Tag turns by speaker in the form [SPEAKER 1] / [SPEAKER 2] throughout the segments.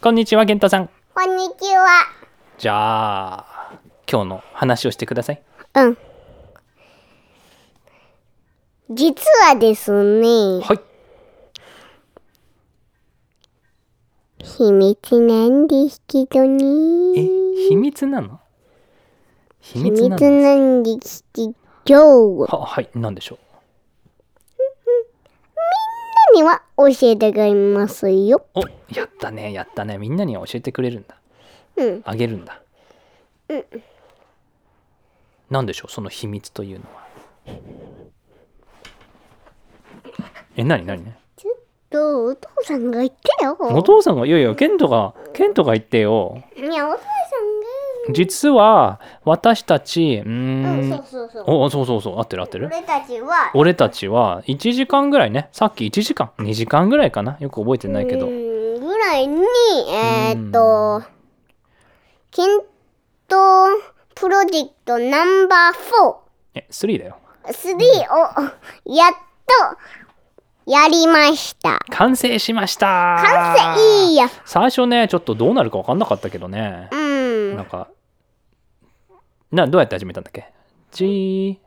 [SPEAKER 1] こんにちは、源太さん。
[SPEAKER 2] こんにちは。
[SPEAKER 1] じゃあ、今日の話をしてください。
[SPEAKER 2] うん。実はですね、
[SPEAKER 1] はい。
[SPEAKER 2] 秘密なんですけど
[SPEAKER 1] え、
[SPEAKER 2] ね。
[SPEAKER 1] 秘密なの秘
[SPEAKER 2] 秘
[SPEAKER 1] 密
[SPEAKER 2] 密
[SPEAKER 1] なの
[SPEAKER 2] なんですけど、
[SPEAKER 1] は、はい、なんでしょ
[SPEAKER 2] 何は教えてくれますよ。
[SPEAKER 1] う。お、やったね、やったね。みんなには教えてくれるんだ。
[SPEAKER 2] うん。
[SPEAKER 1] あげるんだ。なんでしょう、その秘密というのは。え、なになに
[SPEAKER 2] ちょっと、お父さんが言ってよ。
[SPEAKER 1] お父さんが、いやいや、ケントが、ケントが言ってよ。
[SPEAKER 2] いや、お父さ
[SPEAKER 1] 実は、私たち、うー
[SPEAKER 2] んが。うん、
[SPEAKER 1] ん
[SPEAKER 2] そう。そうそう。
[SPEAKER 1] おそうそうそう合ってる合ってる
[SPEAKER 2] 俺たちは、
[SPEAKER 1] 俺たちは1時間ぐらいねさっき1時間2時間ぐらいかなよく覚えてないけど
[SPEAKER 2] うーんぐらいに、えーっと、検討プロジェクトナンバー4。
[SPEAKER 1] え3だよ
[SPEAKER 2] 3をやっとやりました。
[SPEAKER 1] 完成しました
[SPEAKER 2] 完成いいや。
[SPEAKER 1] 最初ねちょっとどうなるか分かんなかったけどね
[SPEAKER 2] う、ん。
[SPEAKER 1] なんかなどうやって始めたんだっけじーど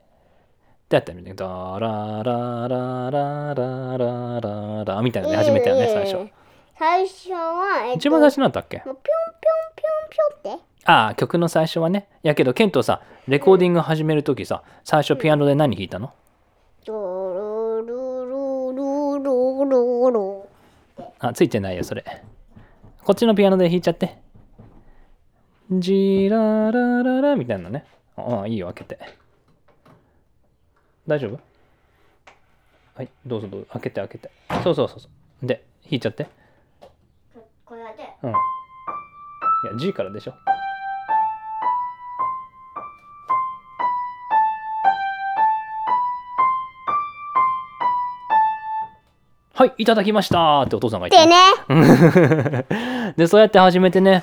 [SPEAKER 1] うやって始めたダララララララララみたいなね始めたよね最
[SPEAKER 2] いえい
[SPEAKER 1] 初
[SPEAKER 2] え。最初は、えっと、
[SPEAKER 1] 一番最初なんだっけ
[SPEAKER 2] もうピョンピョンピョンピョンって。
[SPEAKER 1] ああ曲の最初はねやけどケントさレコーディング始める時さ最初ピアノで何弾いたの
[SPEAKER 2] ドロロロロロロロ。
[SPEAKER 1] あ、ついてないよ、それ。こっちのピアノで弾いちゃって。ジララララみたいなね。ああ、いいよ、開けて。大丈夫はい、どうぞどうぞ、開けて開けて。そうそうそうそう。で、弾いちゃって。
[SPEAKER 2] これで。
[SPEAKER 1] うん。いや、G からでしょ。はい、いただきましたってお父さんが言って
[SPEAKER 2] でね、
[SPEAKER 1] でそうやって始めてね、い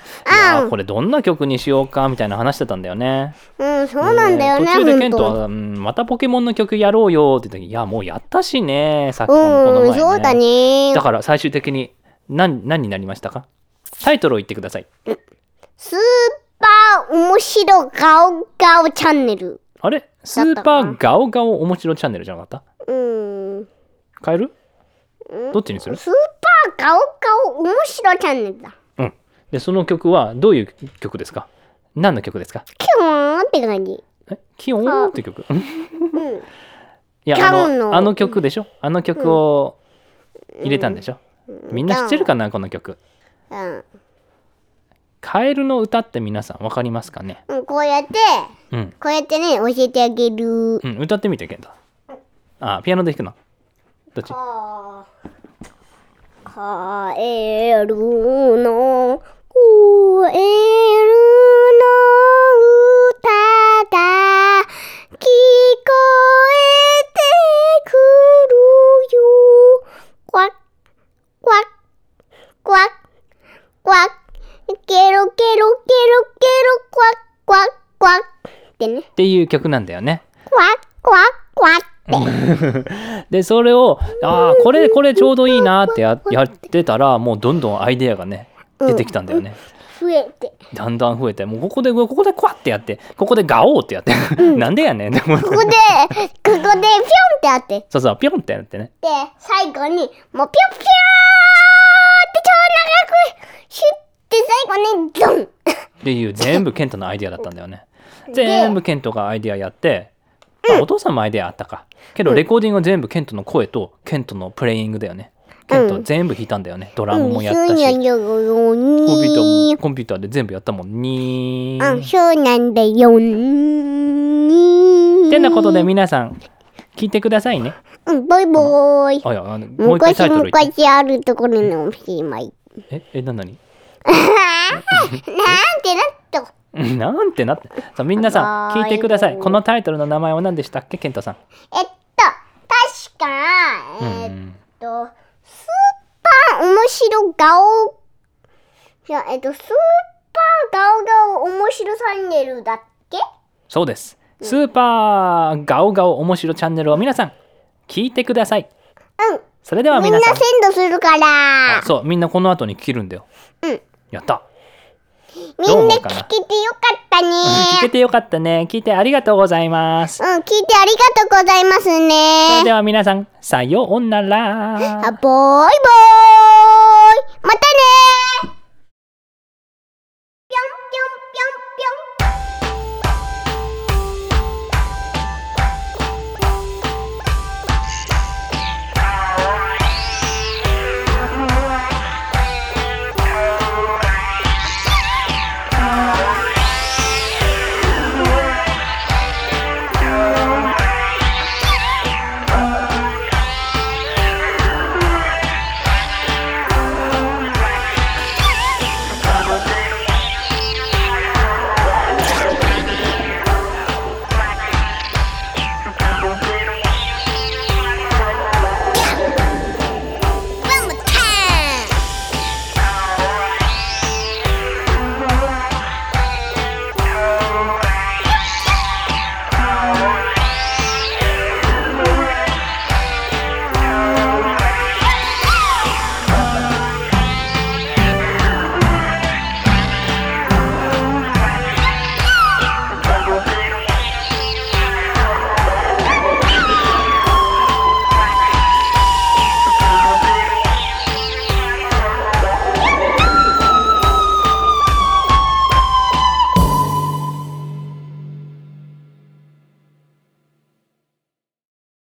[SPEAKER 1] や
[SPEAKER 2] う
[SPEAKER 1] ー
[SPEAKER 2] ん
[SPEAKER 1] これどんな曲にしようかみたいな話してたんだよね。
[SPEAKER 2] うん、そうなんだよ
[SPEAKER 1] で
[SPEAKER 2] ね、
[SPEAKER 1] 途中でケ
[SPEAKER 2] 本
[SPEAKER 1] ント
[SPEAKER 2] 当。
[SPEAKER 1] は、うん、またポケモンの曲やろうよって言った時いやもうやったしねさっきのこの前、
[SPEAKER 2] う
[SPEAKER 1] ね
[SPEAKER 2] ん、そうだね
[SPEAKER 1] だ。から最終的に何何になりましたかタイトルを言ってください。
[SPEAKER 2] スーパー面白ガオガオチャンネル。
[SPEAKER 1] あれスーパーガオガオ面白チャンネルじゃなかっ
[SPEAKER 2] うん。
[SPEAKER 1] た変えるどっちにする
[SPEAKER 2] スーパーガオガオ面白チャンネルだ。
[SPEAKER 1] うん。でその曲はどういう曲ですか何の曲ですか
[SPEAKER 2] キューンって感じ。
[SPEAKER 1] えキヨーンって曲
[SPEAKER 2] うん。
[SPEAKER 1] いや
[SPEAKER 2] キ
[SPEAKER 1] あ
[SPEAKER 2] ャノン
[SPEAKER 1] の
[SPEAKER 2] の
[SPEAKER 1] あの曲でしょあの曲を入れたんでしょ、みんな知ってるかなこの曲
[SPEAKER 2] うん
[SPEAKER 1] 「カエルの歌」って皆さん分かりますかね
[SPEAKER 2] うん。こうやって、
[SPEAKER 1] うん、
[SPEAKER 2] こうやってね、教えてあげる。
[SPEAKER 1] うん、歌ってみてケンタあピアノで弾くのどっち
[SPEAKER 2] かカエルのカエルの歌が聞こえてくるよ。クワックワックワックワッケロケロケロケロクワックワックワッってね。
[SPEAKER 1] っていう曲なんだよね
[SPEAKER 2] クワックワックワッって。
[SPEAKER 1] でそれをあーこれこれちょうどいいなってややってたらもうどんどんアイデアがね出てきたんだよね、
[SPEAKER 2] 増えて。
[SPEAKER 1] だんだん増えてもうここでここでこわってやってここでガオーってやって なんでやねんでも
[SPEAKER 2] ここで、ここでピョンってあって、で、
[SPEAKER 1] そうそうピョンってやってね
[SPEAKER 2] 最後に、もうピョンピョンって超長く、シュって最後に、ドン
[SPEAKER 1] っていう全部ケントのアイデアだったんだよ ね。全部ケントがアイデアやって、まあお父さんもアイデアあったか。けどレコーディングは全部ケントの声とケントのプレイングだよね。ケント全部弾いたんだよね。ドラムもやったし、
[SPEAKER 2] そうな
[SPEAKER 1] コ
[SPEAKER 2] ん
[SPEAKER 1] ン
[SPEAKER 2] だ
[SPEAKER 1] ピ
[SPEAKER 2] よ
[SPEAKER 1] ューター
[SPEAKER 2] に
[SPEAKER 1] もコンピューターで全部やったもんに
[SPEAKER 2] うん、そうなんだよに
[SPEAKER 1] てなことで皆さん聞いてくださいね。
[SPEAKER 2] うん、バイバーイ。
[SPEAKER 1] あいやあのもう一回
[SPEAKER 2] 昔
[SPEAKER 1] タイトル言って。
[SPEAKER 2] 昔あるところのおしまい。
[SPEAKER 1] ええななに？
[SPEAKER 2] なんてなっと。
[SPEAKER 1] なんてなって。さあみんなさん聞いてください。このタイトルの名前は何でしたっけケントさん。
[SPEAKER 2] えっと、確か、
[SPEAKER 1] う
[SPEAKER 2] え
[SPEAKER 1] ん。
[SPEAKER 2] っとえっと、スーパー面白顔、いや、えっと、スーパー顔顔面白チャンネルだっけ
[SPEAKER 1] そうです。スーパーガオガオ面白チャンネルを皆さん聞いてください。
[SPEAKER 2] うん。
[SPEAKER 1] それでは
[SPEAKER 2] みんな
[SPEAKER 1] 皆さん。
[SPEAKER 2] 鮮度するから。
[SPEAKER 1] そう、みんなこの後に聞けるんだよ。
[SPEAKER 2] うん。
[SPEAKER 1] やった
[SPEAKER 2] みんな聞けてよかったね。
[SPEAKER 1] 聞けてよかったね聞いてありがとうございます
[SPEAKER 2] うん、聞いてありがとうございます
[SPEAKER 1] それで
[SPEAKER 2] ね。
[SPEAKER 1] は皆さんさようなら
[SPEAKER 2] あ、ボイボイ